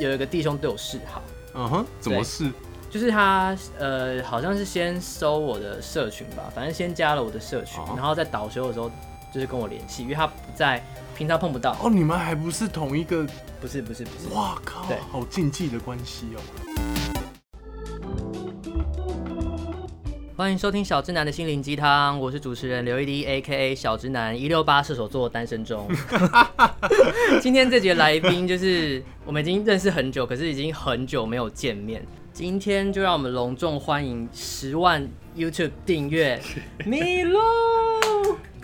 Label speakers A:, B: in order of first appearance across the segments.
A: 有一个弟兄对我示好，
B: 嗯哼，怎么是？
A: 就是他呃好像是先搜我的社群吧，反正先加了我的社群，
B: 哦
A: 然后在导修的时候就是跟我联系，因为他不在平常碰不到，
B: 哦，你们还不是同一个？
A: 不是不是不是，
B: 哇靠
A: 对，
B: 好禁忌的关系哦。
A: 欢迎收听小直男的心灵鸡汤，我是主持人刘一迪，A K A 小直男一六八射手座单身 中。今天这节来宾就是我们已经认识很久，可是已经很久没有见面。今天就让我们隆重欢迎十万 YouTube 订 阅米露。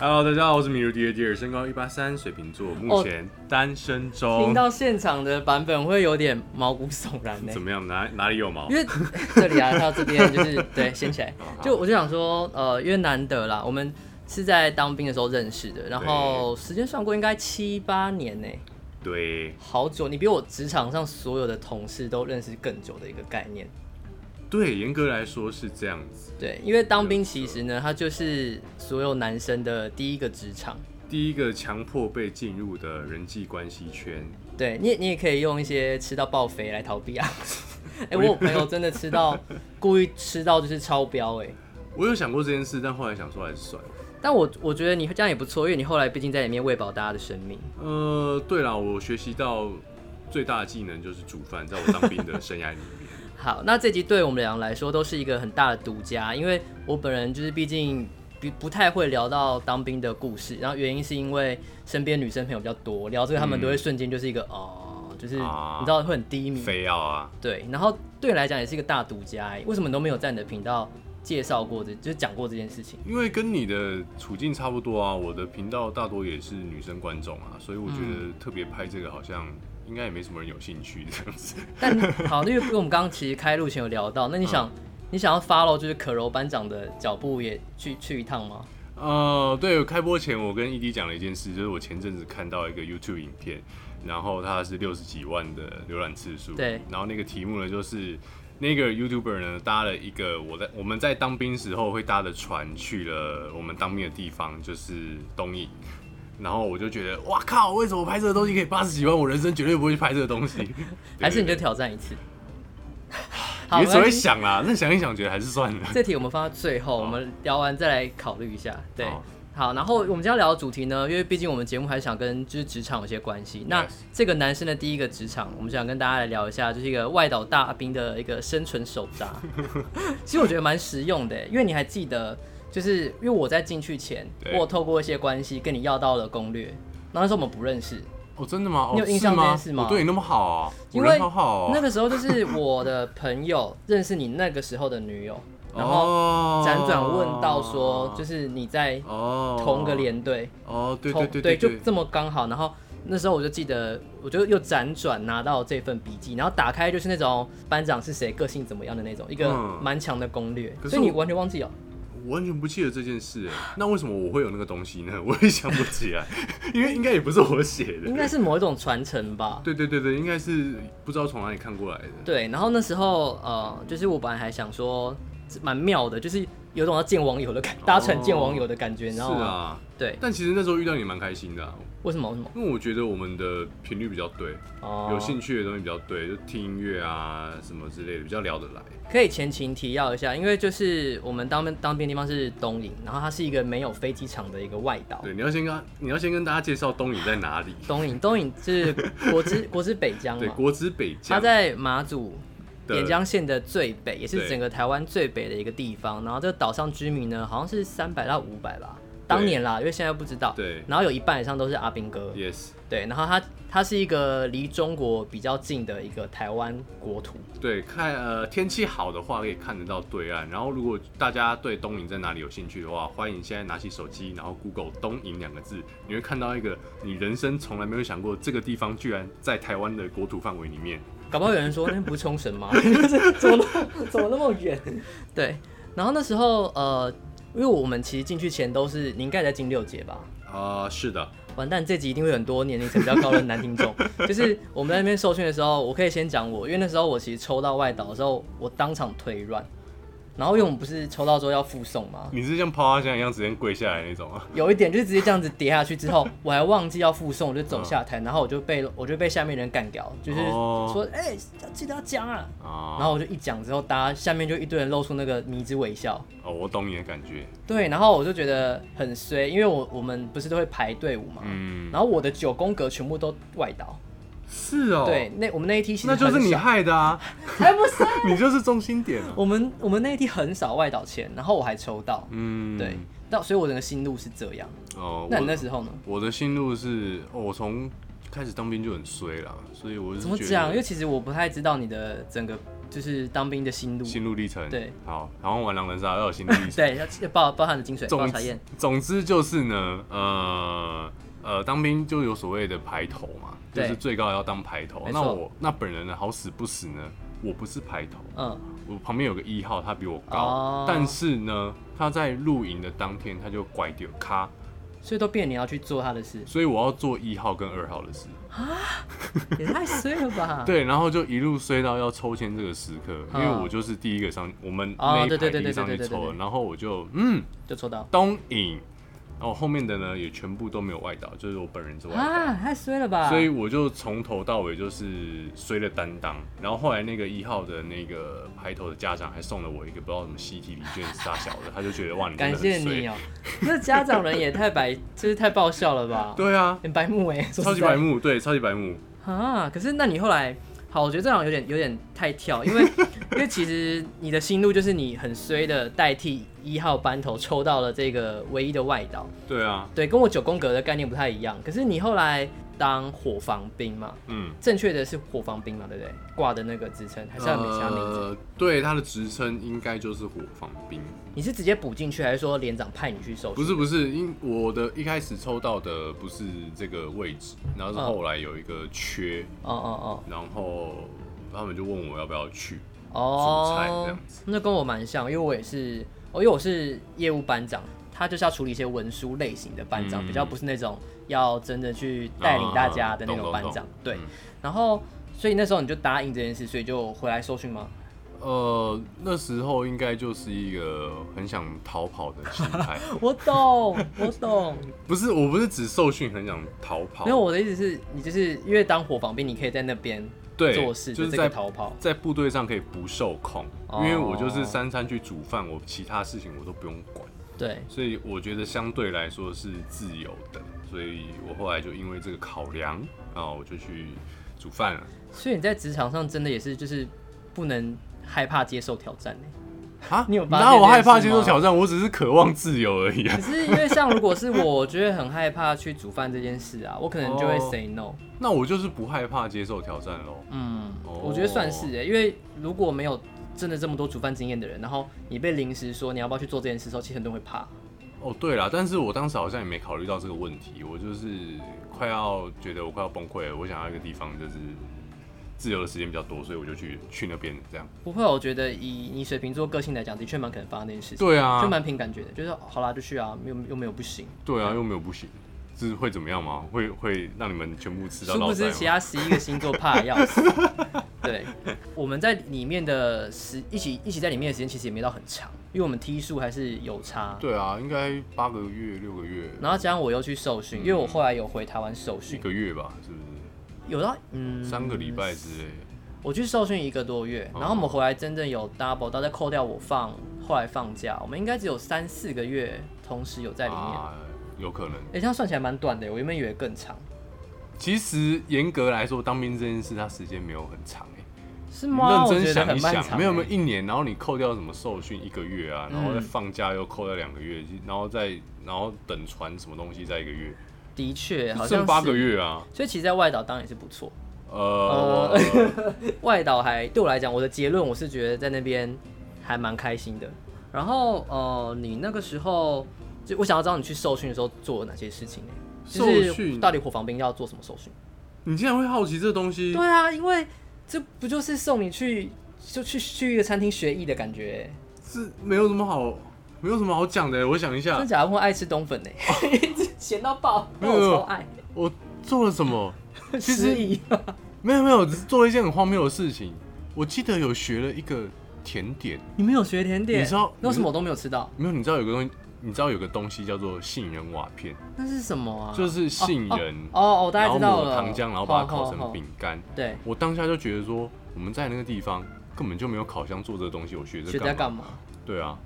B: Hello，大家好，我是米如迪尔迪尔，身高一八三，水瓶座，目前单身
A: 听
C: 哦
B: 中。
A: 到现场的版本会有点毛骨悚然呢、
C: 怎么样？哦哪哪里有毛
A: 因？为这里啊，到这边就是对掀 起来，就我就想说，呃，因为难得啦，我们是在当兵的时候认识的，然后时间算过应该七八年呢、
C: 对
A: 好久，你比我职场上所有的同事都认识更久的一个概念。
C: 对，严格来说是这样子。
A: 对，因为当兵其实呢，它就是所有男生的第一个职场。
C: 第一个强迫被进入的人际关系圈，
A: 对你也，你也可以用一些吃到爆肥来逃避啊。 哎、我有朋友真的吃到，故意吃到就是超标哎、
C: 我有想过这件事，但后来想说还是算了。
A: 但我我觉得你这样也不错，因为你后来毕竟在里面喂饱大家的生命。
C: 呃，对啦，我学习到最大的技能就是煮饭，在我当兵的生涯里 面。
A: 好，那这集对我们俩来说都是一个很大的独家，因为我本人就是毕竟不不太会聊到当兵的故事，然后原因是因为身边女生朋友比较多，聊这个他们都会瞬间就是一个、哦，就是
C: 啊
A: 你知道会很低迷，
C: 非要啊，
A: 对，然后对你来讲也是一个大独家欸，为什么你都没有在你的频道介绍过这，就是讲过这件事情？
C: 因为跟你的处境差不多啊，我的频道大多也是女生观众啊，所以我觉得特别拍这个好像应该也没什么人有兴趣这样子。
A: 但好，因为我们刚刚其实开录前有聊到，那你想、你想要 follow 就是可柔班长的脚步也去去一趟吗？
C: 呃，对，开播前我跟 ED 讲了一件事，就是我前阵子看到一个 YouTube 影片，然后它是六十几万的浏览次数，
A: 对
C: 然后那个题目呢就是。那个 YouTuber 呢搭了一个我在我们在当兵时候会搭的船去了我们当兵的地方，就是东引。然后我就觉得，哇靠，为什么拍这个东西可以八十几万？我人生绝对不会去拍这个东西。
A: 还是你就
C: 对
A: 挑战一次？
C: 对对
A: 没
C: 你只会
A: 关系
C: 想啦，那想一想，觉得还是算 了。
A: 这题我们放到最后，我们聊完再来考虑一下。对
C: 好，
A: 好，然后我们今天要聊的主题呢，因为毕竟我们节目还是想跟就是职场有些关系。那
C: Yes
A: 这个男生的第一个职场，我们想跟大家来聊一下，就是一个外岛大兵的一个生存手 札。其实我觉得蛮实用的，因为你还记得，就是因为我在进去前，
C: 对
A: 我有透过一些关系跟你要到了攻略，然后那时候我们不认识，
C: 哦，真的吗？哦
A: 你有印象
C: 是
A: 这件
C: 吗？
A: 事吗
C: 我对你那么好啊，
A: 因
C: 我
A: 为
C: 人好好哦
A: 那个时候就是我的朋友认识你那个时候的女 友，然后
C: 后
A: 辗转问到说，就是你在
C: 哦
A: 同个连队，
C: 哦，对
A: 同
C: 对对对
A: 就这么刚好。然后那时候我就记得，我就又辗转拿到这份笔记，然后打开就是那种班长是谁、个性怎么样的那种，一个
C: 嗯
A: 蛮强的攻略。
C: 可是
A: 所以你
C: 我
A: 完全忘记了，哦
C: 我完全不记得这件事哎，那为什么我会有那个东西呢？ 我也想不起来， 因为应该也不是我写
A: 应
C: 的。
A: 该是某一种传承吧。
C: 对对对对，应该是不知道从哪里看过来的。
A: 对，然后那时候呃，就是我本来还想说蛮妙的，就是有种要见网友的感，搭乘见网友的感觉，你知
C: 哦是
A: 道吗？
C: 啊，
A: 对，
C: 但其实那时候遇到你蛮开心的啊、
A: 为什么？为什么？
C: 因为我觉得我们的频率比较对，
A: 哦
C: 有兴趣的东西比较对，就听音乐啊什么之类的，比较聊得来。
A: 可以前情提要一下，因为就是我们当兵当兵的地方是东营，然后它是一个没有飞机场的一个外岛。
C: 对，你要先跟他你要先跟大家介绍东影在哪里。
A: 东营，东营是国之 国之北疆
C: 对，
A: 嘛，
C: 国之北疆。
A: 它哦在马祖
C: 的
A: 连江县的最北，也是
C: 对
A: 整个台湾最北的一个地方。然后这个岛上居民呢，好像是三百到五百吧，当年啦，因为现在不知道。
C: 对
A: 然后有一半以上都是阿兵哥。
C: Yes，
A: 对，然后它它是一个离中国比较近的一个台湾国土。
C: 对，看呃天气好的话可以看得到对岸。然后如果大家对东营在哪里有兴趣的话，欢迎现在拿起手机，然后 Google 东营两个字，你会看到一个你人生从来没有想过这个地方居然在台湾的国土范围里面。
A: 搞不好有人说哎那不是冲绳吗？就是怎么那怎么那么远？对，然后那时候呃，因为我们其实进去前都是你应该也在进六节吧？
C: 啊、是的，
A: 完蛋，这集一定会有很多年龄层比较高的男听众。就是我们在那边受训的时候，我可以先讲我，因为那时候我其实抽到外岛的时候，我当场腿软，然后因为我们不是抽到之后要附送吗？
C: 你是像抛花箱一样直接跪下来那种啊？
A: 有一点就是直接这样子跌下去之后，我还忘记要附送，我就走下台，然后我就被我就被下面人干掉，就是
C: 哦
A: 说哎、要记得要讲啊。然
C: 啊，
A: 后我就一讲之后，大家下面就一堆人露出那个迷之微笑。
C: 哦，我懂你的感觉，
A: 对，然后我就觉得很衰，因为我我们不是都会排队伍嘛，
C: 嗯，
A: 然后我的九宫格全部都外倒。
C: 是哦，
A: 对，，那我们那一梯其实
C: 那就是
A: 很
C: 你
A: 少
C: 害的啊，
A: 才不是。
C: 你就是中心点啊，
A: 我们我们那一梯很少外岛钱，然后我还抽到，
C: 嗯，
A: 对，那所以我整个心路是这样。
C: 哦，
A: 那你那
C: 我
A: 时候呢？
C: 我的心路是，哦我从开始当兵就很衰啦，所以我是
A: 怎么
C: 觉得
A: 讲？因为其实我不太知道你的整个就是当兵的心路，
C: 心路历程，
A: 对，
C: 好，然后玩狼人杀要有心路历程，
A: 对，要要包包含的精髓，包
C: 总
A: 查验，
C: 总之就是呢，呃呃，当兵就有所谓的排头嘛，就
A: 对
C: 是最高要当排头
A: 没。
C: 那
A: 错
C: 我那本人呢，好死不死呢，我不是排头，
A: 嗯，
C: 我旁边有个一号，他比我高，
A: 哦
C: 但是呢，他在露营的当天他就拐掉咖，，
A: 所以都变你要去做他的事
C: 所以我要做一号跟二号的事。
A: 也太衰了吧？，
C: 对，然后就一路衰到要抽签这个时刻，
A: 嗯
C: 因为我就是第一个上，我们
A: 哦
C: 那一
A: 对
C: 排
A: 对
C: 第
A: 对
C: 一
A: 对
C: 上
A: 对
C: 去
A: 对对
C: 抽了，
A: 对
C: 然后我就嗯，
A: 就抽到
C: 东影，然后后面的呢也全部都没有外岛，就是我本人之外岛。
A: 啊，太衰了吧？
C: 所以我就从头到尾就是随了担当，然后后来那个一号的那个排头的家长还送了我一个不知道什么习题礼券是啥小的，他就觉得哇你
A: 感
C: 真的很
A: 谢
C: 衰
A: 你哦，这家长人也太白，就是太爆笑了吧？
C: 对啊，
A: 很白目哎，说实
C: 超级
A: 在
C: 白目，对，超级白目，
A: 啊！可是那你后来，好，我觉得这好像有点有点太跳，因为 因为其实你的心路就是你很衰的代替一号班头抽到了这个唯一的外岛，
C: 对啊，
A: 对，跟我九宫格的概念不太一样。可是你后来当火防兵嘛，
C: 嗯，
A: 正确的是火防兵嘛，对不对？挂的那个职称还是要有其他名字？
C: 呃，对，他的职称应该就是火防兵，
A: 你是直接补进去，还是说连长派你去收？
C: 不是不是，因我的一开始抽到的不是这个位置，然后是
A: 嗯
C: 后来有一个缺，
A: 哦哦
C: 然后他们就问我要不要去，
A: 哦哦，
C: 主菜这样子
A: 那跟我蛮像，因为我也是，哦，因为我是业务班长，他就是要处理一些文书类型的班长，
C: 嗯
A: 比较不是那种要真的去带领大家的那种班长。
C: 啊懂懂懂
A: 对
C: 嗯，
A: 然后所以那时候你就答应这件事，所以就回来受训吗？
C: 呃，那时候应该就是一个很想逃跑的心 态，
A: 我懂，我懂。
C: 不是，我不是只受训很想逃跑，
A: 没有，我的意思是你就是因为当火防兵，你可以在那边
C: 对
A: 做事，
C: 就是
A: 这个
C: 在
A: 逃跑。
C: 在部队上可以不受控，
A: 哦
C: 因为我就是三餐去煮饭，我其他事情我都不用管，
A: 对，
C: 所以我觉得相对来说是自由的，所以我后来就因为这个考量啊，我就去煮饭了
A: 所以你在职场上真的也是就是不能害怕接受挑战、欸
C: 啊
A: 你有发现
C: 哪有
A: 这件
C: 害怕
A: 事
C: 接受
A: 吗
C: 挑战？我只是渴望自由而已啊
A: 可。是因为像如果是我，我就会很害怕去煮饭这件事啊，我可能就会
C: 哦
A: say no。
C: 那我就是不害怕接受挑战喽。
A: 嗯
C: 哦，
A: 我觉得算是哎、因为如果没有真的这么多煮饭经验的人，然后你被临时说你要不要去做这件事的时候，其实很多人会怕。
C: 哦，对啦，但是我当时好像也没考虑到这个问题，我就是快要觉得我快要崩溃了，我想要一个地方就是自由的时间比较多，所以我就去去那边这样。
A: 不会，啊我觉得以你水瓶座个性来讲，的确蛮可能发生那件事情，
C: 对
A: 就
C: 啊，
A: 蛮凭感觉的，就是好啦就去啊，又又没有不行。
C: 对啊，又没有不行，是会怎么样吗？会会让你们全部吃到
A: 殊
C: 落
A: 不
C: 腮
A: 知其
C: 吗？
A: 他十一个星座怕得要死。对，我们在里面的时一起一起在里面的时间其实也没到很长，因为我们梯数还是有差。
C: 对啊，应该八个月、六个月、
A: 然后加上我又去受训，因为我后来有回台湾受
C: 嗯一
A: 训，
C: 个月吧，是不
A: 有到嗯
C: 是？三个礼哦拜之类。
A: 我去受训一个多月，然后我们回来真正有 double，到再扣掉我放后来放假，我们应该只有三四个月同时有在里面。哎、
C: 啊，有可能。
A: 这样算起来蛮短的，我原本以为更长，
C: 其实严格来说，当兵这件事，它时间没有很长欸
A: 是
C: 你
A: 吗？
C: 认
A: 我
C: 真
A: 觉得
C: 想
A: 很
C: 一
A: 漫
C: 想，
A: 长。欸
C: 没有没有一年，然后你扣掉什么受训一个月啊，然后再
A: 嗯
C: 放假又扣掉两个月，然后再然后等船什么东西再一个月，
A: 的确好像
C: 就剩
A: 是
C: 八个。月啊。
A: 所以其实，在外岛当然也是不哦错。
C: 呃，我
A: 外岛还对我来讲，我的结论我是觉得在那边还蛮开心的。然后呃，你那个时候就我想要知道你去受训的时候做了哪些事情呢、就
C: 受
A: 是
C: 训
A: 到底火防兵要做什么受训？
C: 你竟然会好奇这东西？
A: 对啊，因为这不就是送你去就去去一个餐厅学艺的感觉、
C: 是没有什么好，没有什么好讲的。我想一
A: 真
C: 下，
A: 假的？我爱吃冬粉呢、一直啊哦 咸到爆，
C: 没
A: 但
C: 有
A: 我超 爱。
C: 我做了什么？其实
A: 失忆
C: 没有没有，只是做了一件很荒谬的事情。我记得有学了一个甜点，
A: 你们有学甜点？
C: 你知道
A: 那为什么我都没有吃到？
C: 没有？你知道有个东西，你知道有个东西叫做杏仁瓦片，
A: 那是什么啊？
C: 就是杏仁，
A: 哦哦，我大
C: 然
A: 概
C: 后
A: 知道
C: 抹
A: 了。
C: 糖浆，然后把
A: 好
C: 它烤成。饼
A: 好好
C: 干。
A: 对，
C: 我当下就觉得说，我们在那个地方根本就没有烤箱做这个东西，我学
A: 学
C: 这
A: 在
C: 干
A: 干
C: 嘛？
A: 嘛？
C: 对啊，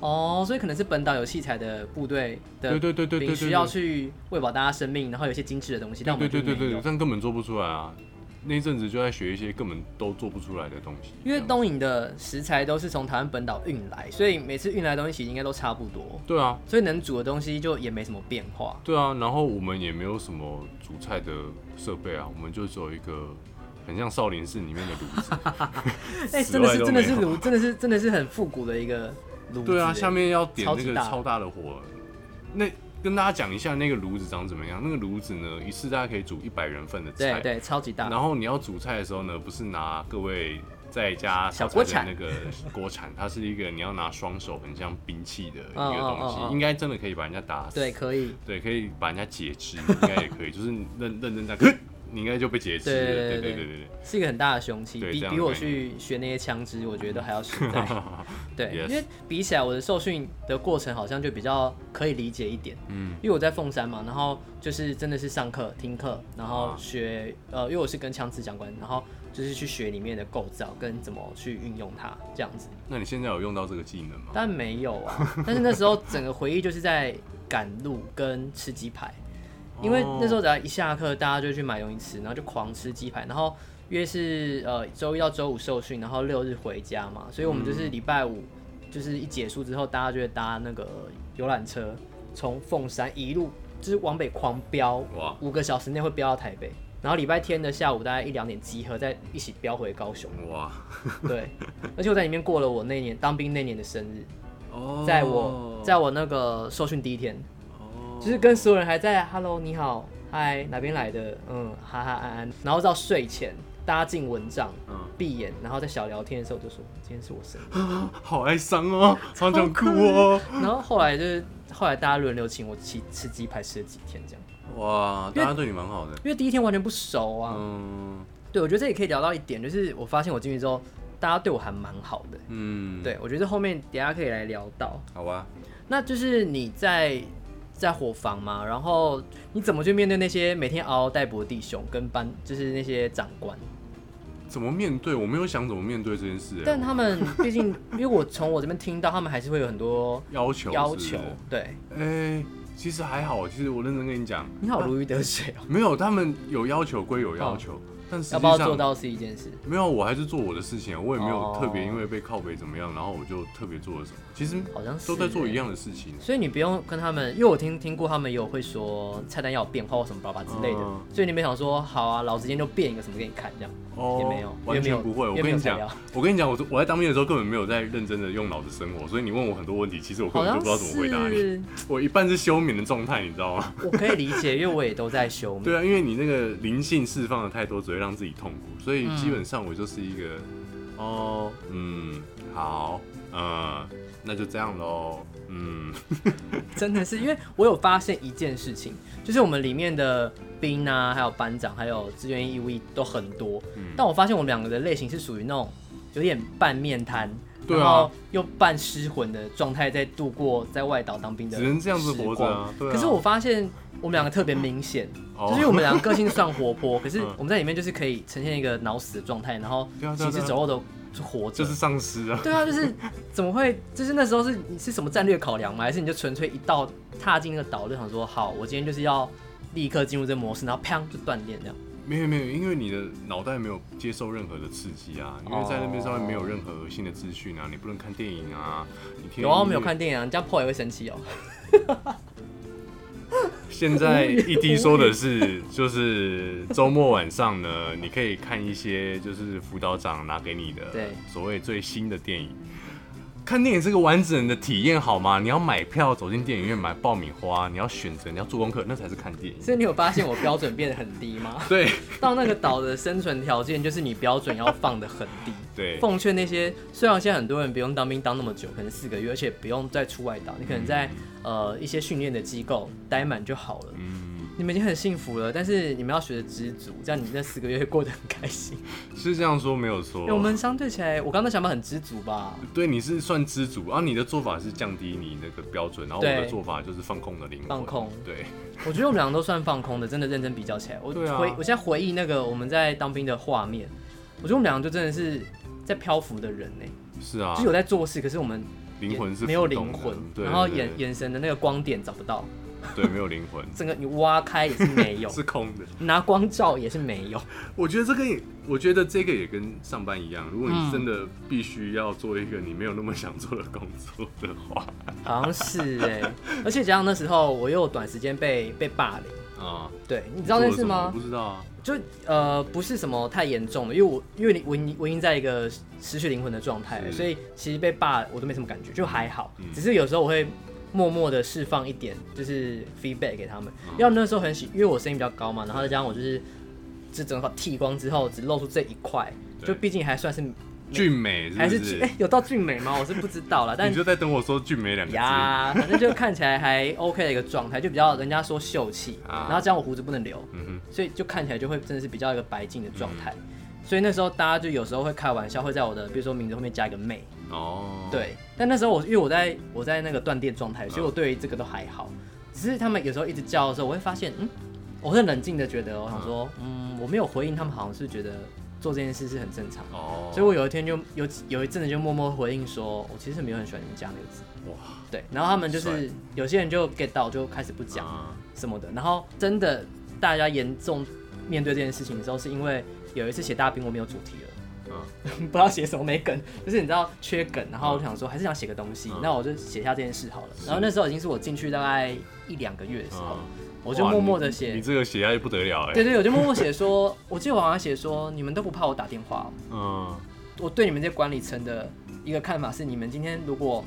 A: 哦，所以可能是本岛有器材的部队的
C: 对对对对对
A: 兵
C: 对
A: 需
C: 对，
A: 要去喂饱大家生命，然后有一些精致的东西，但我
C: 对
A: 们
C: 对对
A: 就没
C: 对
A: 有
C: 对，但根本做不出来啊。那一阵子就在学一些根本都做不出来的东西，
A: 因为
C: 这样
A: 东影的食材都是从台湾本岛运来，所以每次运来的东西其实应该都差不多，
C: 对啊，
A: 所以能煮的东西就也没什么变化。
C: 对啊，然后我们也没有什么煮菜的设备啊，我们就只有一个很像少林寺里面的炉子。
A: 哎、
C: 此
A: 真的
C: 外
A: 是
C: 都
A: 真的
C: 没
A: 是
C: 有
A: 炉，真的是真的是很复古的一个炉子。
C: 对啊，
A: 哎
C: 下面要点那
A: 超级
C: 个
A: 大
C: 超大的火。那跟大家讲一下那个炉子长怎么样。那个炉子呢，一次大概可以煮一百人份的菜。
A: 对对，超级大。
C: 然后你要煮菜的时候呢，不是拿各位在家
A: 小
C: 炒菜
A: 锅
C: 的
A: 铲
C: 那个锅铲，它是一个你要拿双手，很像兵器的一
A: 嗯
C: 个
A: 嗯
C: 东
A: 嗯嗯
C: 西，应该真的可以把人家打死。
A: 对，可以。
C: 对，可以把人家截肢，应该也可以， 就是认认真在，你应该就被截肢了。
A: 对对
C: 对
A: 对
C: 对对对
A: 是一个很大的凶器，
C: 对
A: 比
C: 这样
A: 比
C: 的
A: 我
C: 概念
A: 去学那些枪支，我觉得都还要实 在。对
C: Yes
A: 因为比起来，我的受训的过程好像就比较可以理解一点。嗯，因为我在凤山嘛，然后就是真的是上课、听课，然后
C: 啊
A: 学、呃，因为我是跟枪支相关，然后就是去学里面的构造跟怎么去运用它这样子。
C: 那你现在有用到这个技能吗？
A: 但没有啊，但是那时候整个回忆就是在赶路跟吃鸡排，因为那时候只要一下课，大家就去买东西吃，然后就狂吃鸡排，然后约是呃周一到周五受训，然后六日回家嘛，所以我们就是礼拜五就是一结束之后，大家就会搭那个游览车从凤山一路就是往北狂飙，
C: 哇，
A: 五个小时内会飙到台北，然后礼拜天的下午大概一两点集合，再一起飙回高雄。
C: 哇，
A: 对，而且我在里面过了我那年当兵那年的生日。
C: 哦哦
A: 在我在我那个受训第一天，就是跟所有人还在 “hello 你好，嗨哪边来的”，嗯，哈哈安安，然后到睡前大家进蚊帐，
C: 嗯
A: 闭眼，然后在小聊天的时候就说今天是我生日，
C: 好哀伤哦，好想哭哦，
A: 然后后来就是后来大家轮流请我吃吃鸡排吃了几天这样，
C: 哇，大家对你蛮好的，
A: 因为第一天完全不熟啊，
C: 嗯
A: 对我觉得这也可以聊到一点，就是我发现我进去之后，大家对我还蛮好的，
C: 嗯，，
A: 对我觉得后面等一下可以来聊到，
C: 好吧，
A: 那就是你在在伙房嘛，然后你怎么去面对那些每天嗷嗷待哺的弟兄跟班，就是那些长官？
C: 怎么面对？我没有想怎么面对这件事，欸
A: 但他们毕竟，因为我从我这边听到，他们还是会有很多
C: 要求
A: 要
C: 是 不是
A: 求。对
C: 哎，其实还好，其实我认真跟你讲，
A: 你好，如鱼得水 哦，
C: 没有，他们有要求归有要求，但实
A: 要
C: 际
A: 不要做
C: 上
A: 到是一件事。
C: 没有，我还是做我的事情，啊我也没有
A: 哦
C: 特别因为被靠北怎么样，然后我就特别做了什么。其实
A: 好像是
C: 都在做
A: 欸
C: 一样的事情。啊
A: 所以你不用跟他们，因为我听听过他们有会说菜单要有变化或什么爸爸之类的，
C: 嗯
A: 所以你们想说好啊，老子今天就变一个什么给你看这样，欸也没有
C: 哦完
A: 也没有
C: 全不会。我
A: 也没
C: 跟
A: 有
C: 你
A: 材
C: 讲
A: 料，
C: 我跟你讲，我我在当兵的时候根本没有在认真的用脑子生活，所以你问我很多问题，其实 我根
A: 好
C: 本
A: 像
C: 就不知道怎么回答你。
A: 是嗯
C: 我一半是休眠的状态，你知道吗？
A: 我可以理解，因为我也都在休眠。
C: 对啊，因为你那个灵性释放的太多，只会让自己痛
A: 嗯
C: 苦，所以基本上我就是一个，哦，嗯，好，嗯，那就这样喽，嗯，
A: 真的是，因为我有发现一件事情，就是我们里面的兵啊，还有班长，还有志愿义务役都很多，
C: 嗯
A: 但我发现我们两个的类型是属于那种有点半面瘫，
C: 对啊
A: 然后又半失魂的状态，在度过在外岛当兵的，
C: 只能这样子活着啊。对啊
A: 可是我发现我们两个特别明显，
C: 哦
A: 就是因为我们两个个性算活泼， 可是
C: 嗯
A: 我们在里面就是可以呈现一个脑死的状态，然后
C: 对啊对
A: 行
C: 啊
A: 尸
C: 对啊
A: 走肉的就活着
C: 就是。丧尸啊。
A: 对啊，就是怎么会？就是那时候是你是什么战略考量吗？还是你就纯粹一到踏进那个岛就想说，好，我今天就是要立刻进入这模式，然后砰就断电这样？
C: 没有没有，因为你的脑袋没有接受任何的刺激啊，
A: 哦
C: 因为在那边上面没有任何新的资讯啊，你不能看电影啊，你听
A: 有啊，我
C: 音乐
A: 们有看。电影啊，你这样破也会生气哦。
C: 现在 ED 说的是，就是周末晚上呢，你可以看一些就是辅导长拿给你的
A: 对
C: 所谓最新的电影。看电影是个完整的体验，好吗？你要买票走进电影院买爆米花，你要选择，你要做功课，那才是看电影。？
A: 所以你有发现我标准变得很低吗
C: 对
A: 到那个岛的生存条件就是你标准要放得很低。
C: 对，
A: 奉劝那些，虽然现在很多人不用当兵当那么久，可能四个月，而且不用再出外岛，你可能在、呃一些训练的机构待满就好了。
C: 嗯，
A: 你们已经很幸福了，但是你们要学着知足，这样你们这四个月会过得很开 心。
C: 是这样说没有错
A: 哎。我们相对起来，我刚刚想法很知足吧？
C: 对你是算知足，然、后你的做法是降低你那个标准，然后我
A: 对
C: 的做法就是放空了灵魂。
A: 放空
C: 对，
A: 我觉得我们两个都算放空的，真的认真比较起来，我
C: 对啊
A: 回、我现在回忆那个我们在当兵的画面，我觉得我们两个就真的是在漂浮的人呢、
C: 是啊
A: 就是，有在做事，可是我们
C: 灵魂是
A: 没有
C: 浮动
A: 灵
C: 的
A: 魂，
C: 对，
A: 然后
C: 对
A: 眼
C: 对
A: 眼神的那个光点找不到，
C: 对没有灵魂
A: 整个你挖开也是没 有，
C: 是空的。
A: 拿光照也是没有。
C: 我觉得这个也，我觉得这个也跟上班一样，如果
A: 嗯
C: 你真的必须要做一个你没有那么想做的工作的 话，
A: 好像是哎、 而且加上那时候我又有短时间被被霸凌，
C: 啊，
A: 对，你知道那
C: 做了
A: 事
C: 什么我
A: 吗
C: 不？知道啊，
A: 就呃不是什么太严重的，因为我因为我已经我已经在一个失去灵魂的状态了，
C: 是
A: 所以其实被霸我都没什么感觉，就还好，
C: 嗯
A: 只是有时候我会。默默的释放一点，就是 feedback 给他们。
C: 嗯
A: 要那时候很喜，因为我声音比较高嘛，然后再加上我就是，这整个剃光之后只露出这一块，
C: 对
A: 就毕竟还算是
C: 俊美是
A: 还
C: 不
A: 是
C: 是？
A: 哎、有到俊美吗？我是不知 道啦，但
C: 你就在等我说俊美两个字。
A: 呀，反正就看起来还 OK 的一个状态，就比较人家说秀气，
C: 啊
A: 然后这样我胡子不能留，
C: 嗯
A: 所以就看起来就会真的是比较一个白净的状态。所以那时候大家就有时候会开玩笑，会在我的比如说名字后面加一个妹，
C: 哼，哦，，
A: 对。但那时候我因为我在我在那个断电状态，
C: 嗯
A: 所以我对于这个都还好。只是他们有时候一直叫的时候，我会发现，嗯，我会冷静的觉得，我想说，嗯，我没有回应他们，好像是觉得做这件事是很正常的。
C: 哦，
A: 所以我有一天就有有一阵子就默默回应说，我其实没有很喜欢你们加那个字。
C: 哇，
A: 对，然后他们就
C: 帅
A: 是有些人就 get 到，就开始不讲
C: 啊
A: 什么的。然后真的大家严重面对这件事情的时候，是因为有一次写大兵我没有主题了，
C: 嗯
A: 不知道写什么没梗，就是你知道缺梗，然后我想说还是想写个东
C: 嗯
A: 西，那我就写下这件事好了。然后那时候已经是我进去大概一两个月的时候，我就
C: 嗯哇
A: 默默的
C: 你你
A: 写。
C: 这个写下去不得了哎、
A: 对对，我就默默写说，我记得我好像写说，你们都不怕我打电话、哦，
C: 嗯，
A: 我对你们这些管理层的一个看法是，你们今天如果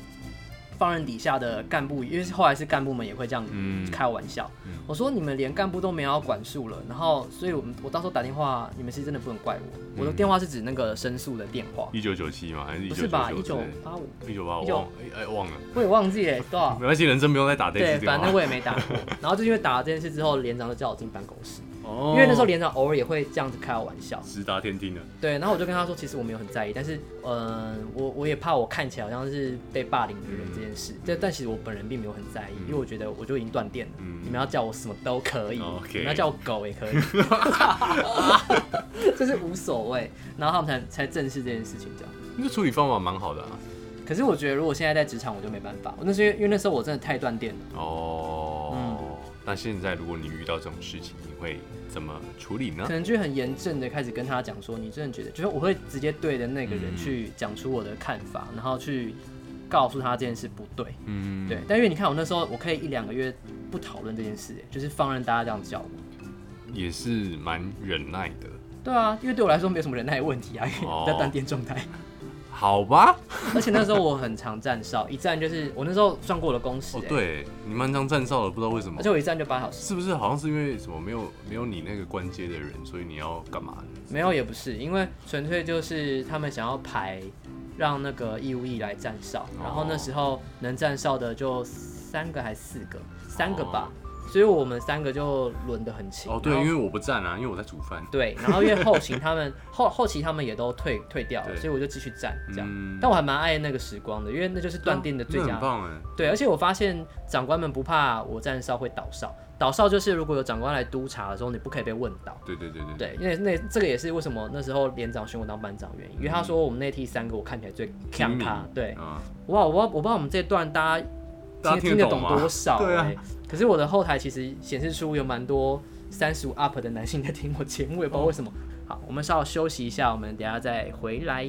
A: 放任底下的干部，因为后来是干部们也会这样
C: 嗯
A: 开玩笑，我说你们连干部都没有要管束了，然后所以我们我到时候打电话，你们是真的不能怪我，我的电话是指那个申诉的电话，
C: 嗯一九九七嘛，还是一
A: 不
C: 九
A: 是吧？一九
C: 九
A: 八五，
C: 一九八我
A: 19
C: 忘哎哎忘了，
A: 我也忘记了多少。
C: 没关系，人生不用再打这一
A: 对，
C: 次电
A: 反
C: 话
A: 正。我也没打过。然后就因为打了这件事之后，连长就叫我进办公室，
C: 哦
A: 因为那时候连长偶尔也会这样子开我玩笑。
C: 直达天听了，
A: 对，然后我就跟他说，其实我没有很在意，但是，嗯，我我也怕我看起来好像是被霸凌的
C: 嗯
A: 人这件事，但、但其实我本人并没有很在意，因为我觉得我就已经断电了，
C: 嗯
A: 你们要叫我什么都可以
C: OK
A: 你们要叫我狗也 可以，就是无所谓。然后他们才才正视这件事情这样。
C: 那处理方法蛮好的啊。
A: 可是我觉得，如果现在在职场，我就没办法。我那时候因为因为那时候我真的太断电了，
C: 哦，
A: 嗯
C: 那现在如果你遇到这种事情，你会怎么处理呢
A: 可？能就很严正的开始跟他讲说，你真的觉得，就是我会直接对着那个人
C: 嗯
A: 去讲出我的看法，然后去告诉他这件事不对。
C: 嗯，
A: 对，，但因为你看我那时候，我可以一两个月不讨论这件事，哎就是放任大家这样叫我。
C: 也是蛮忍耐的。
A: 对啊，因为对我来说没有什么忍耐问题啊，因为
C: 哦
A: 我在断电状态。
C: 好吧，
A: 而且那时候我很常站哨，一站就是我那时候算过我的工时，
C: 哦
A: 哎，
C: 对，你蛮常站哨的，不知道为什么
A: 而且，我一站就八小时。
C: 是不是好像是因为什么没有没有你那个关接的人，所以你要干嘛的？
A: 没有也不是，因为纯粹就是他们想要排让那个义务役来站哨，然后
C: 哦
A: 那时候能站哨的就三个还四个，三个吧，所以我们三个就轮得很勤。
C: 哦，对，
A: 然后
C: 因为我不站啊，因为我在煮饭。
A: 对，然后因为后勤他们后后期他们也都退退掉了，
C: 对
A: 所以我就继续站这样。
C: 嗯
A: 但我还蛮爱那个时光的，因为那就是断电的最
C: 那
A: 佳。
C: 很棒哎。
A: 对，而且我发现长官们不怕我站哨会倒哨，倒哨就是如果有长官来督查的时候，你不可以被问倒。
C: 对对对对，
A: 对，因为那这个也是为什么那时候连长选我当班长的原因，因为他
C: 嗯
A: 说我们那梯三个我看起来最像他。对，
C: 啊，
A: 哇，我不知道我不知道我们这段大家
C: 大家
A: 听
C: 听
A: 得
C: 得懂吗
A: 多少、欸？
C: 对啊
A: 可是我的后台其实显示出有蛮多三十五 up 的男性在听我节目，也不知道为什
C: 哦
A: 么。好，我们稍微休息一下，我们等一下再回来。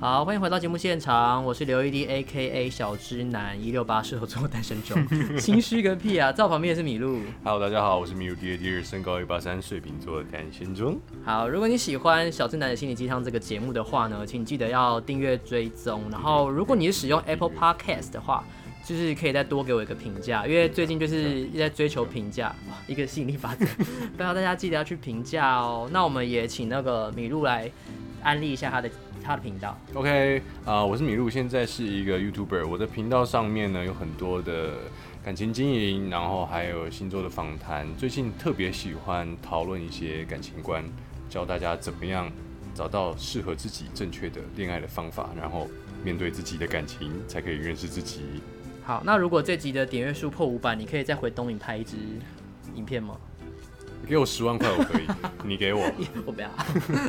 A: 好，欢迎回到节目现场，我是刘一滴 A K A 小直男，一六八射手座单身中， 心虚个屁啊！在我旁边也是米露。
C: Hello，大家好，我是 Miu d d 身高一八三，水瓶座的单身中。
A: 好，如果你喜欢小正男的心理鸡汤这个节目的话呢，请记得要订阅追踪。然后，如果你是使用 Apple Podcast 的话，就是可以再多给我一个评价，因为最近就是一直在追求评价，哇，一个吸引力法则，不要大家记得要去评价哦。那我们也请那个米露来安利一下他的他的频道。
C: OK，啊、我是米露，现在是一个 YouTuber。我的频道上面呢有很多的感情经营，然后还有星座的访谈。最近特别喜欢讨论一些感情观，教大家怎么样找到适合自己正确的恋爱的方法，然后面对自己的感情，才可以认识自己。
A: 好，那如果这集的点阅数破五百，你可以再回东影拍一支影片吗？
C: 给我十万块，我可以， 你给我。
A: 我不要，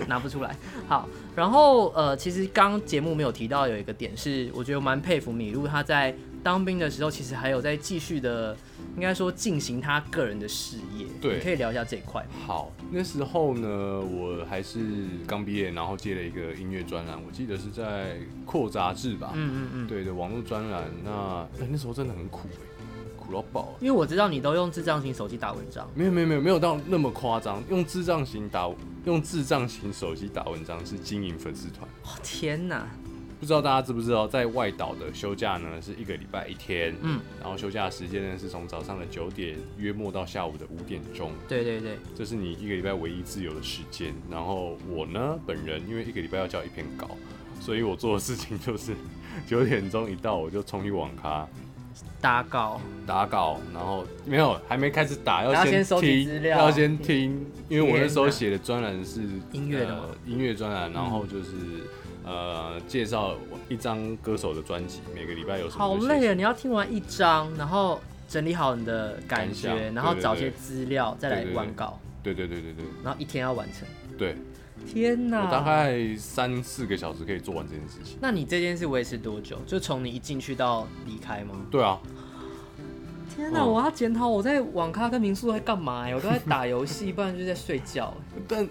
A: 拿不出来。好，然后呃，其实刚节目没有提到有一个点是，我觉得我蛮佩服米露，他在当兵的时候，其实还有在继续的，应该说进行他个人的事业。
C: 对
A: 你可以聊一下这一块吗。
C: 好，那时候呢，我还是刚毕业，然后接了一个音乐专栏，我记得是在扩杂志吧，
A: 嗯嗯嗯，
C: 对对，网络专栏。那、哎那时候真的很苦、欸，苦到爆、啊。
A: 因为我知道你都用智障型手机打文章，
C: 没有没有没有没有到那么夸张，用智障型打用智障型手机打文章是经营粉丝团。
A: 哦天哪，
C: 不知道大家知不知道，在外岛的休假呢是一个礼拜一天，
A: 嗯，
C: 然后休假的时间呢是从早上的九点约莫到下午的五点钟。
A: 对对对，
C: 这是你一个礼拜唯一自由的时间。然后我呢，本人因为一个礼拜要交一篇稿，所以我做的事情就是九点钟一到我就冲去网咖
A: 打稿，
C: 打稿，然后没有还没开始打，
A: 还要
C: 要
A: 先收集
C: 听
A: 资料
C: 要先听，因为我那时
A: 天哪
C: 候写的专栏是
A: 音乐的
C: 呃
A: 吗嗯
C: 音乐专栏，然后就是。呃，介绍一张歌手的专辑，每个礼拜有什么
A: 好
C: 就写
A: 累
C: 什
A: 啊！
C: 么
A: 你要听完一章，然后整理好你的感觉，
C: 感想
A: 然后找一些
C: 对对对
A: 资料再来
C: 对对对
A: 完稿，
C: 对对对对对
A: 然后一天要完成。
C: 对，
A: 天哪，
C: 我大概三四个小时可以做完这件事情。
A: 那你这件事维持多久？就从你一进去到离开吗？哦
C: 对啊，
A: 天哪，
C: 嗯
A: 我要检讨我在网咖跟民宿在干嘛呀？我都在打游戏，不然就是在睡觉。
C: 但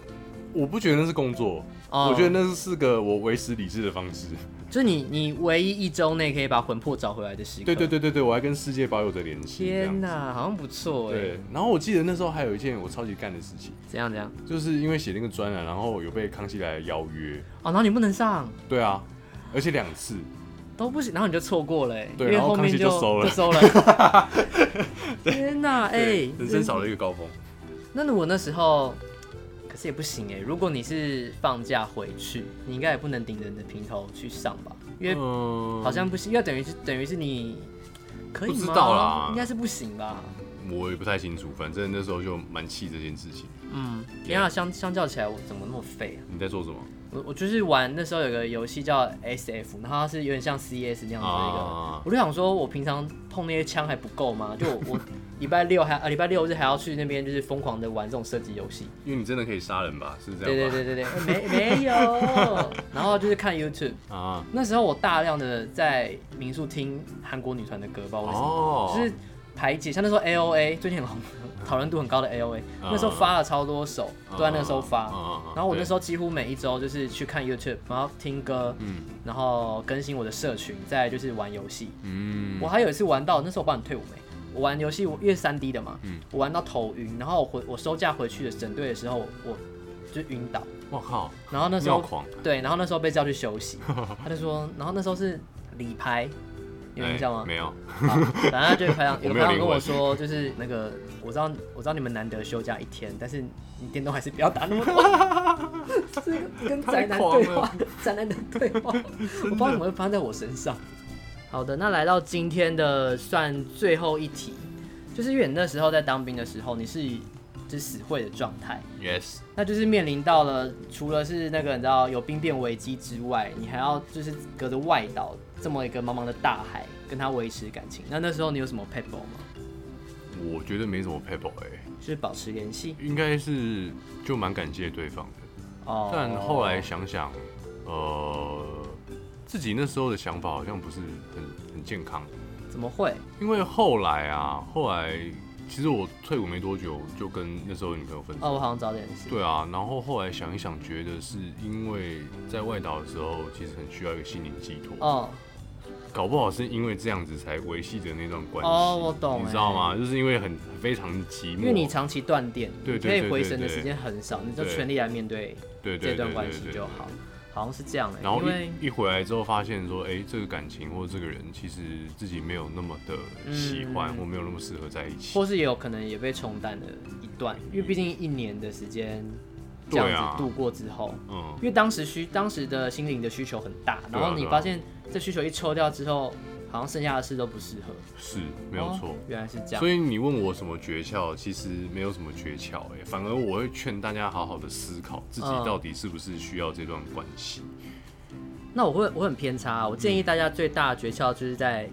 C: 我不觉得那是工作，
A: 哦
C: 我觉得那是个我维持理智的方式。
A: 就是你，你唯一一周内可以把魂魄找回来的时刻。
C: 对对。对对对，我还跟世界保有着联 系。这
A: 天
C: 样
A: 哪，好像不错哎。
C: 对，然后我记得那时候还有一件我超级干的事情，
A: 怎样怎样？
C: 就是因为写那个专栏，然后有被康熙来的邀约。
A: 哦，然后你不能上，
C: 对啊，而且两次。
A: 都不行，然后你就错过了哎。
C: 对
A: 因为
C: 然后
A: 后
C: 康
A: 面
C: 熙
A: 就
C: 就收 了
A: 就收了。 天哪，哎
C: 对，人生少了一个高峰。
A: 那如果那时候，可是也不行哎。如果你是放假回去，你应该也不能顶着你的平头去上吧？因为
C: 嗯
A: 好像不行，要等于是等于是你可以吗
C: 不知道啦
A: 应该是不行吧？
C: 我也不太清楚，反正那时候就蛮气这件事情。
A: 嗯，你看相相较起来，我怎么那么废啊？
C: 你在做什么？
A: 我我就是玩那时候有个游戏叫 SF，然后它是有点像 CS 那样子的一个，
C: 啊
A: 我就想说，我平常碰那些枪还不够吗？就我我礼拜六还呃礼拜六日还要去那边就是疯狂的玩这种射击游戏，
C: 因为你真的可以杀人吧？是这样吧？
A: 对对对对对， 没没有，然后就是看 YouTube。
C: 啊，
A: 那时候我大量的在民宿听韩国女团的歌，不知道为什么。
C: 哦，
A: 就是排解，像那时候 A O A 最近很红，讨论度很高的 A O A，、
C: 嗯
A: 那时候发了超多首，
C: 哦
A: 都在那时候
C: 啊
A: 发。然后我那时候
C: 候
A: 几乎每一周就是去看 YouTube，然后听歌，
C: 嗯
A: 然后更新我的社群，再来就是玩游戏。
C: 嗯
A: 我还有一次玩到，那时候我帮你退伍没？我玩游戏，我因为三 D 的嘛，
C: 嗯
A: 我玩到头晕，然后我回我收假回去的整队的时候，我我就晕倒。
C: 我靠，
A: 然后那时
C: 尿
A: 候
C: 狂
A: 对，然后那时候被叫去休 息，他就说，然后那时候是理拍，你有印象吗？
C: 哎没有，
A: 好反正就有排长，有排
C: 我没有
A: 长
C: 灵魂
A: 跟我说，就是那个，我知道，我知道你们难得休假一天，但是你电动还是不要打那么多。 这个跟宅男对话，宅男的对话，我不知道怎么会发生在我身上。好的，那来到今天的算最后一题，就是因为你那时候在当兵的时候，你是就是死会的状态，
C: ，yes，
A: 那就是面临到了除了是那个你知道有兵变危机之外，你还要就是隔着外岛这么一个茫茫的大海跟他维持感情。那那时候你有什么 p e b b l 吗？
C: 我觉得没什么 pebble 哎，
A: 就是保持联系
C: 应该是就蛮感谢对方的，
A: 哦。
C: 但后来想想，呃，自己那时候的想法好像不是很很健康，
A: 怎么会？
C: 因为后来啊，后来其实我退伍没多久就跟那时候的女朋友分手。
A: 哦，我好像早点事。
C: 对啊，然后后来想一想，觉得是因为在外岛的时候，其实很需要一个心灵寄托。
A: 哦，
C: 搞不好是因为这样子才维系着那段关系。
A: 哦我懂
C: 你知道吗？就是因为很非常寂寞，
A: 因为你长期断电，
C: 对
A: 你
C: 对
A: 可以
C: 对
A: 回
C: 对
A: 神的
C: 对
A: 时间很少，你就
C: 对
A: 全力来面对
C: 对对
A: 这
C: 对
A: 段
C: 对
A: 关
C: 对
A: 系
C: 对
A: 就好。好像是这样的、
C: 然后
A: 因为
C: 一一回来之后，发现说，哎、这个感情或者这个人，其实自己没有那么的喜欢，
A: 嗯
C: 或没有那么适合在一起。
A: 或是也有可能也被冲淡了一段，因为毕竟一年的时间这
C: 对
A: 样
C: 啊
A: 子度过之后，
C: 嗯
A: 因，为当时需当时的心灵的需求很大，然后
C: 对啊
A: 你
C: 对啊
A: 发现这需求一抽掉之后，好像剩下的事都不适合，
C: 是没有错
A: 哦。原来是这样，
C: 所以你问我什么诀窍，其实没有什么诀窍，哎，反而我会劝大家好好的思考自己
A: 嗯
C: 到底是不是需要这段关 系。
A: 那我会我很偏差啊、我
C: 嗯
A: 建议大家最大的诀窍就是在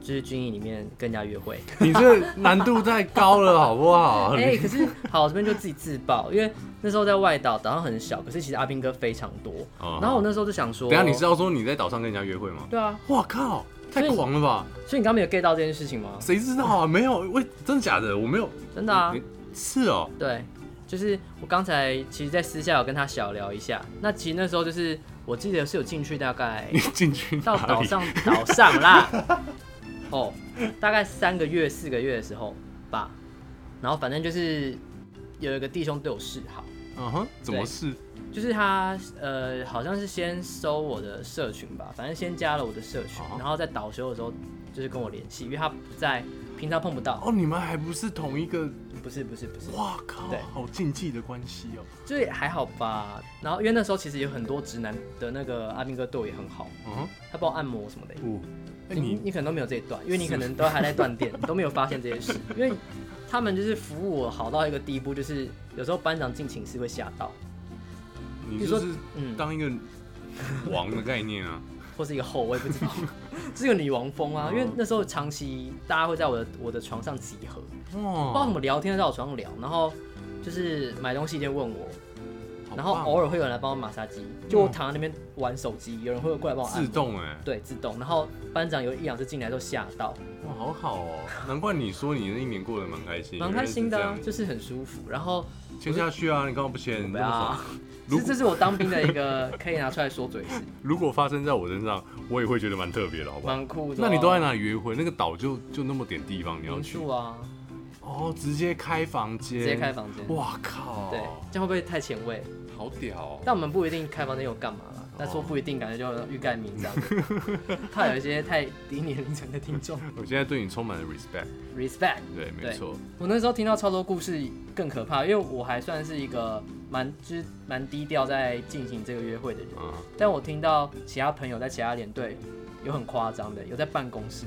A: 就是军营里面跟人家约 会。
C: 你这个难度太高了，好不好？
A: 哎、可是好，我这边就自己自爆，因为那时候在外岛，岛上很小，可是其实阿兵哥非常多。
C: 哦
A: 然后我那时候就想说，
C: 等一下你知？道说你在岛上跟人家约会吗？
A: 对啊，
C: 哇靠，
A: 所以
C: 太狂了吧！
A: 所以你刚刚没有 get 到这件事情吗？
C: 谁知道啊？没有，喂，真的假的？我没有，
A: 真的啊
C: 你，是哦，
A: 对，就是我刚才其实，在私下有跟他小聊一下。那其实那时候就是我记得是有进去大概
C: 你进去
A: 到
C: 哪
A: 岛
C: 里
A: 上岛上啦，哦，大概三个月四个月的时候吧，然后反正就是有一个弟兄对我示好，
C: 嗯哼，怎么
A: 对
C: 是？
A: 就是他呃好像是先搜我的社群吧，反正先加了我的社群，
C: 哦
A: 然后在导修的时候就是跟我联系，因为他不在平常碰不到，
C: 哦，你们还不是同一个？
A: 不是不是不是，
C: 哇靠
A: 对，
C: 好禁忌的关系哦。
A: 就是还好吧。然后因为那时候其实有很多直男的那个阿兵哥对我也很好，
C: 嗯哼，
A: 他帮我按摩什么的。
C: 不，哎
A: 你
C: 你
A: 你可能都没有这一段，因为你可能都还在断电，都没有发现这些事。因为他们就是服务我好到一个地步，就是有时候班长进寝室会吓到，
C: 你
A: 你
C: 就
A: 说
C: 是
A: 嗯
C: 当一个王的概念 啊。
A: 或是一个后，我也不知 道，是个女王风
C: 哦
A: 啊。因为那时候长期大家会在我的我的床上集合，
C: 哦
A: 不知道
C: 哇
A: 怎，么聊天，在我床上聊，然后就是买东西就问我，
C: 好
A: 然后
C: 棒哦
A: 偶尔会有人来帮我马杀鸡，就我躺在那边玩手机，有人会过来帮我按
C: 自
A: 摩。
C: 动哎，
A: 对，自动。然后班长有一两次进来都吓到，
C: 哇，好好哦，难怪你说你那一年过得蛮开心，
A: 蛮开心的、
C: 原来
A: 啊
C: 是，这
A: 就是很舒服。然后
C: 样签下去啊，你刚刚不签，你这么爽
A: 啊。， 这这是我当兵的一个可以拿出来说 嘴是
C: 如果发生在我身上，我也会觉得蛮特别的，好不好？
A: 蛮酷的哦、
C: 那你都在哪里约会？那个岛就就那么点地方，你要
A: 民
C: 去
A: 宿啊，
C: 哦，直接开房间，
A: 直接开房间。
C: 哇靠，
A: 对，这样会不会太前卫？
C: 好屌哦、
A: 但我们不一定开房间有干嘛啦，但说不一定，感觉就欲盖弥 彰，怕有一些太低年龄层的听众。
C: 我现在对你充满了 respect，
A: Respect。
C: 对，没错，
A: 我那时候听到超多故事更可怕，因为我还算是一个蛮就是蛮低调在进行这个约会的人，
C: 嗯，
A: 但我听到其他朋友在其他连队有很夸张的，有在办公室，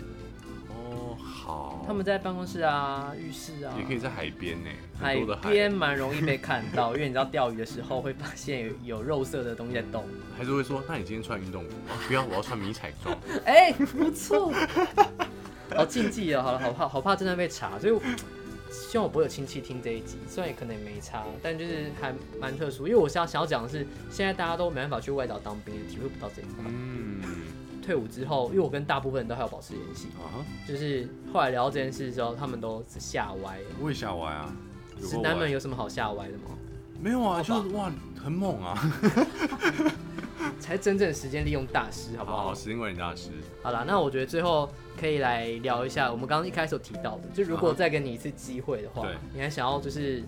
C: 哦，好，
A: 他们在办公室啊、浴室啊，
C: 也可以在海边呢，
A: 海
C: 很多的海，
A: 边蛮容易被看到，因为你知道钓鱼的时候会发现有有肉色的东西在 动。
C: 还是会说，那你今天穿运动服、 哦不要，我要穿迷彩装，
A: 哎、不错， 好禁忌哦，好了，好怕好怕真的被查，所以我希望我不会有亲戚听这一集，虽然也可能也没差，但就是还蛮特殊，因为我想想要讲的是，现在大家都没办法去外岛当兵，体会不到这一块。
C: 嗯，
A: 退伍之后，因为我跟大部分人都还有保持联系，
C: 啊哈，
A: 就是后来聊到这件事之后，他们都是吓歪了。
C: 我也想玩啊，有
A: 直
C: 够
A: 男
C: 玩
A: 们有什么好吓歪的吗？
C: 没有啊，
A: 好吧
C: 就是哇，很猛啊，
A: 才真正的时间利用大师，好不
C: 好好，时间管理大师，
A: 好啦，那我觉得最后可以来聊一下，我们刚刚一开始有提到的，就如果再给你一次机会的话，
C: 对
A: 你还想要就是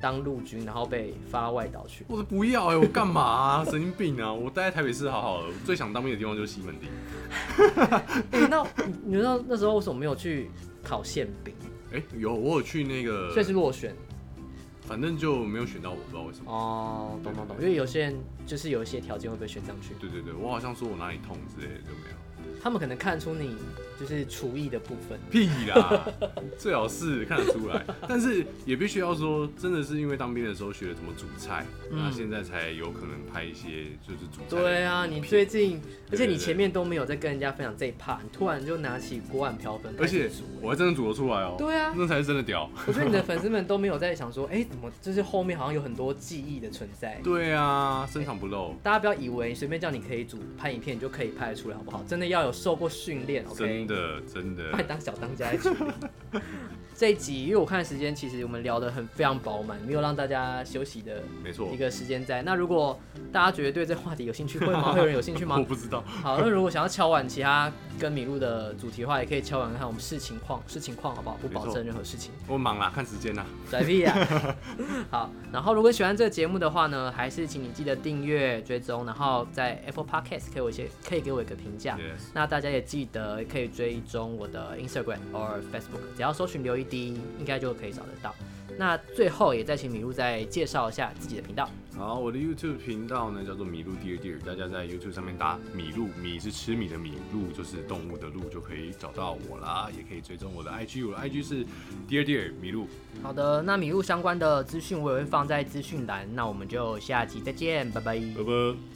A: 当陆军，然后被发到外岛 去？
C: 我说不要哎、我干嘛、啊？ 神经病啊！我待在台北市好好的，我最想当兵的地方就是西门町。
A: 哎、那你你知道那时候为什么没有去考宪兵？
C: 哎、有我有去那个
A: 所，以是落选
C: 反正就没有选到我，不知道为什么。
A: 哦，懂懂懂，因为有些人就是有一些条件会被选上去，
C: 对对对，我好像说我哪里痛之类的就没有。
A: 他们可能看出你就是厨艺的部分，
C: 屁 啦，最好是看得出来，但是也必须要说，真的是因为当兵的时候学了怎么煮菜，
A: 嗯
C: 那、现在才有可能拍一些就是煮菜。
A: 对啊，你最近，而
C: 对
A: 且
C: 对
A: 你
C: 对
A: 前面都没有在跟人家分享这一 part，你突然就拿起锅碗瓢盆开
C: 而
A: 始
C: 且
A: 煮
C: 我还真的煮得出来哦、
A: 对啊
C: 那才是真的屌。
A: 我觉得你的粉丝们都没有在想说，哎、怎么就是后面好像有很多记忆的存 在。
C: 对啊，深藏不露，
A: 大家不要以为随便叫你可以煮拍影片，你就可以拍得出来，好不好？真的要有受过训练，OK？哎
C: 真真的真的
A: 把你当小当家在处理。 这一集，因为我看时间，其实我们聊得很非常饱满，没有让大家休息的
C: 没错
A: 一。个时间在。那如果大家觉得对这话题有兴趣，会吗？会有人有兴趣吗
C: 我？不知道，
A: 好，那如果想要敲碗其他跟米露的主题的话，也可以敲碗看看我们视情况，视情况好不好？不保
C: 没错
A: 证任何事情，
C: 我忙啦，看时间啦。
A: 拽屁呀！ 好，然后如果喜欢这个节目的话呢，还是请你记得订阅、追踪，然后在 Apple Podcast 给我一些，可以给我一个评价。
C: Yes，
A: 那大家也记得可以追踪我的 Instagram 或 Facebook，只要搜寻刘一滴，应该就可以找得到。那最后也再请米露再介绍一下自己的频道。
C: 好，我的 YouTube 频道呢叫做米露 Dear Dear，大家在 YouTube 上面打米露，米是吃米的米，露就是动物的露，就可以找到我啦，也可以追踪我的 IG，我的 IG 是 Dear Dear 米露，
A: 好的，那米露相关的资讯我也会放在资讯栏，那我们就下集再见，拜拜
C: 拜拜。